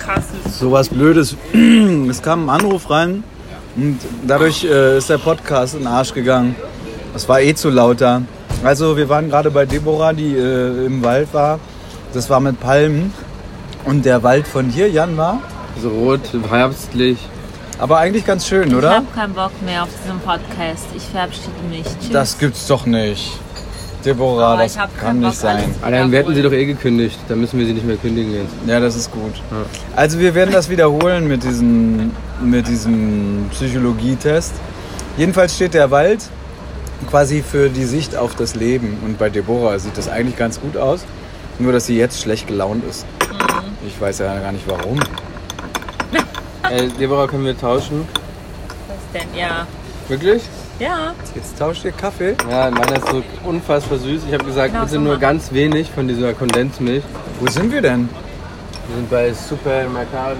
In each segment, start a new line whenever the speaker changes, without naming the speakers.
krassen.
Sowas Blödes. Es kam ein Anruf rein und dadurch äh, ist der Podcast in den Arsch gegangen. Es war eh zu laut da. Also wir waren gerade bei Deborah, die äh, im Wald war. Das war mit Palmen. Und der Wald von dir, Jan, war
So rot, herbstlich.
aber eigentlich ganz schön,
Ich
oder?
habe keinen Bock mehr auf diesen Podcast. Ich verabschiede mich. Tschüss.
Das gibt's doch nicht. Deborah,
Aber ich
das
hab
kann
keinen
nicht
Bock,
sein.
alles-
Aber dann hätten sie doch eh gekündigt. Dann müssen wir sie nicht mehr kündigen jetzt.
Ja, das ist gut. Also wir werden das wiederholen mit diesem, mit diesem Psychologietest. Jedenfalls steht der Wald quasi für die Sicht auf das Leben. Und bei Deborah sieht das eigentlich ganz gut aus. Nur, dass sie jetzt schlecht gelaunt ist. Ich weiß ja gar nicht warum.
Äh, Deborah, können wir tauschen?
Was denn? Ja.
Wirklich?
Ja.
Jetzt tauscht ihr Kaffee.
Ja, meiner ist so unfassbar süß. Ich habe gesagt,
Genau,
bitte
so
nur
machen.
ganz wenig von dieser Kondensmilch.
Wo sind wir denn?
Wir sind bei Supermercado.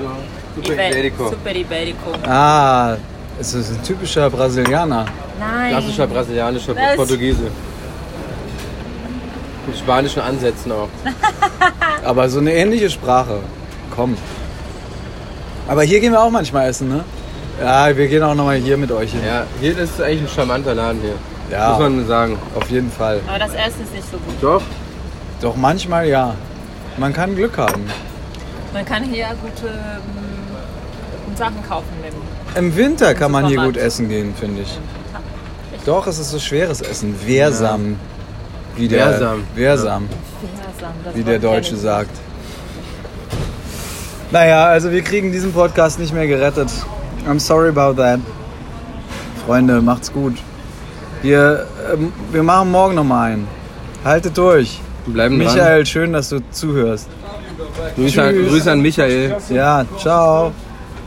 Super
Ibe-
Iberico.
Super Iberico.
Ah, es ist ein typischer Brasilianer.
Nein.
Klassischer brasilianischer
Das-
Portugiese. Mit spanischen Ansätzen auch.
Aber so eine ähnliche Sprache. Komm. Aber hier gehen wir auch manchmal essen, ne? Ja, wir gehen auch nochmal hier mit euch hin.
Ja, hier das ist eigentlich ein charmanter Laden hier.
Ja.
Muss man sagen.
Auf jeden Fall.
Aber das Essen ist nicht so gut.
Doch,
Doch manchmal ja. Man kann Glück haben.
Man kann hier gute ähm, Sachen kaufen. Nehmen.
Im Winter kann man hier gut
Supermarkt.
essen gehen, finde ich. Doch, es ist so schweres Essen. Wehrsam. Wie der,
Wehrsam.
Wehrsam,
Das
wie der
wollte ich ja
Deutsche
nicht.
sagt. Naja, also wir kriegen diesen Podcast nicht mehr gerettet. I'm sorry about that. Freunde, macht's gut. Wir, ähm, wir machen morgen nochmal einen. Haltet durch.
wir bleiben
Michael, schön, dass du zuhörst.
dran. Grüße an,
tschüss.
Grüße an Michael.
Ja, ciao.